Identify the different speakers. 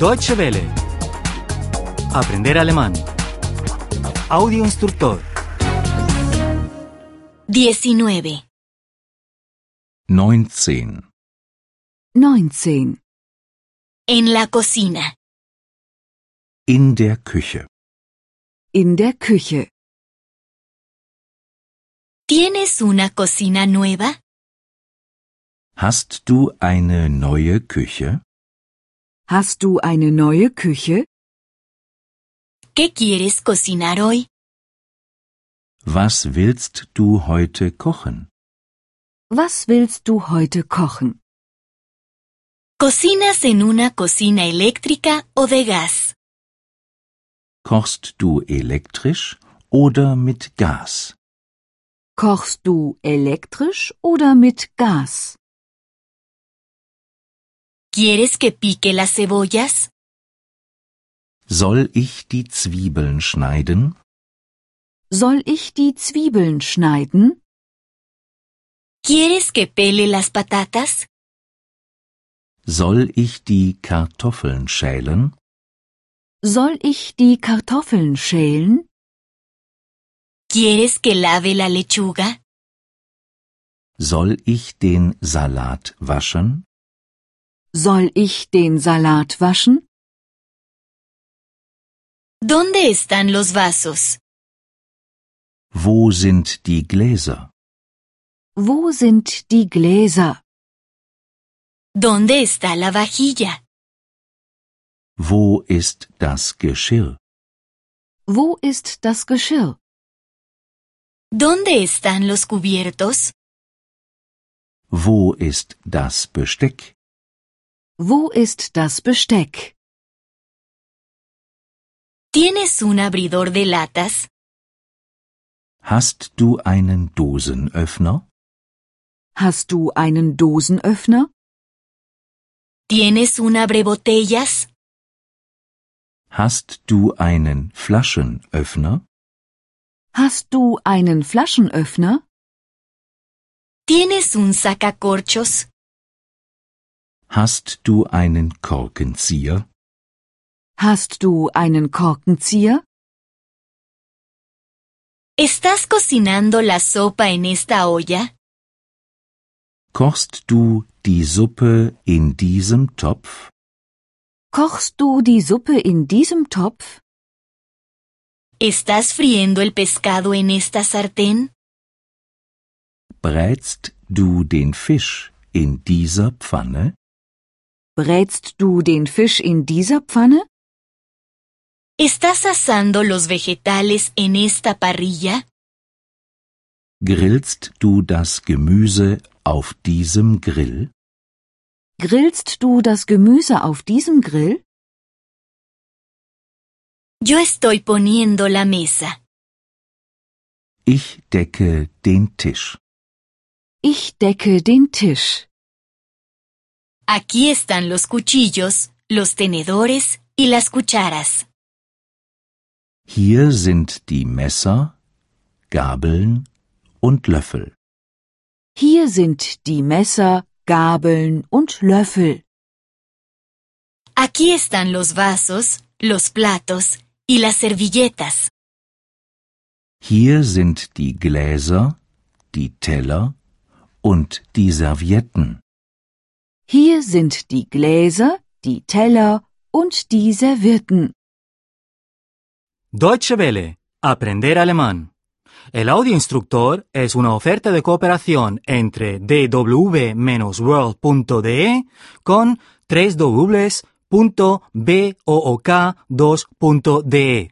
Speaker 1: Deutsche Welle. Aprender alemán. Audio instructor.
Speaker 2: 19.
Speaker 3: 19.
Speaker 4: 19.
Speaker 2: En la cocina.
Speaker 3: In der Küche.
Speaker 4: In der Küche.
Speaker 2: ¿Tienes una cocina nueva?
Speaker 3: Hast du eine neue Küche?
Speaker 4: Hast du eine neue Küche?
Speaker 2: ¿Qué quieres cocinar hoy?
Speaker 3: Was willst du heute kochen?
Speaker 4: Was willst du heute kochen?
Speaker 2: ¿Cocinas en una cocina eléctrica o de gas?
Speaker 3: Kochst du elektrisch oder mit Gas?
Speaker 4: Kochst du elektrisch oder mit Gas?
Speaker 2: ¿Quieres que pique las cebollas?
Speaker 3: Soll ich die Zwiebeln schneiden?
Speaker 4: Soll ich die Zwiebeln schneiden?
Speaker 2: ¿Quieres que pele las patatas?
Speaker 3: Soll ich die Kartoffeln schälen?
Speaker 4: Soll ich die Kartoffeln schälen?
Speaker 2: ¿Quieres que lave la lechuga?
Speaker 3: Soll ich den Salat waschen?
Speaker 4: Soll ich den Salat waschen?
Speaker 2: ¿Dónde están los vasos?
Speaker 3: Wo sind die Gläser?
Speaker 4: Wo sind die Gläser?
Speaker 2: ¿Dónde está la vajilla?
Speaker 3: Wo ist das Geschirr?
Speaker 4: Wo ist das Geschirr?
Speaker 2: ¿Dónde están los cubiertos?
Speaker 3: Wo ist das Besteck?
Speaker 4: Wo ist das Besteck?
Speaker 2: ¿Tienes un abridor de latas?
Speaker 3: Hast du einen Dosenöffner?
Speaker 4: Hast du einen Dosenöffner?
Speaker 2: ¿Tienes un abrebotellas?
Speaker 3: Hast du einen Flaschenöffner?
Speaker 4: Hast du einen Flaschenöffner?
Speaker 2: ¿Tienes un sacacorchos?
Speaker 3: Hast du einen Korkenzieher?
Speaker 4: Hast du einen Korkenzieher?
Speaker 2: ¿Estás cocinando la sopa en esta olla?
Speaker 3: Kochst du die Suppe in diesem Topf?
Speaker 4: Kochst du die Suppe in diesem Topf?
Speaker 2: ¿Estás friendo el pescado en esta sartén?
Speaker 3: Brätst du den Fisch in dieser Pfanne?
Speaker 4: Brätst du den Fisch in dieser Pfanne?
Speaker 2: ¿Estás asando los vegetales en esta parrilla?
Speaker 3: Grillst du das Gemüse auf diesem Grill?
Speaker 4: Grillst du das Gemüse auf diesem Grill?
Speaker 2: Yo estoy poniendo la mesa.
Speaker 3: Ich decke den Tisch.
Speaker 4: Ich decke den Tisch.
Speaker 2: Aquí están los cuchillos, los tenedores y las cucharas.
Speaker 3: Hier sind die Messer, Gabeln und Löffel.
Speaker 4: Hier sind die Messer, Gabeln und Löffel.
Speaker 2: Aquí están los vasos, los platos y las servilletas.
Speaker 3: Hier sind die Gläser, die Teller und die Servietten.
Speaker 4: Hier sind die Gläser, die Teller und die Servietten.
Speaker 1: Deutsche Welle. Aprender alemán. El audio instructor es una oferta de cooperación entre dw-world.de con 3 2de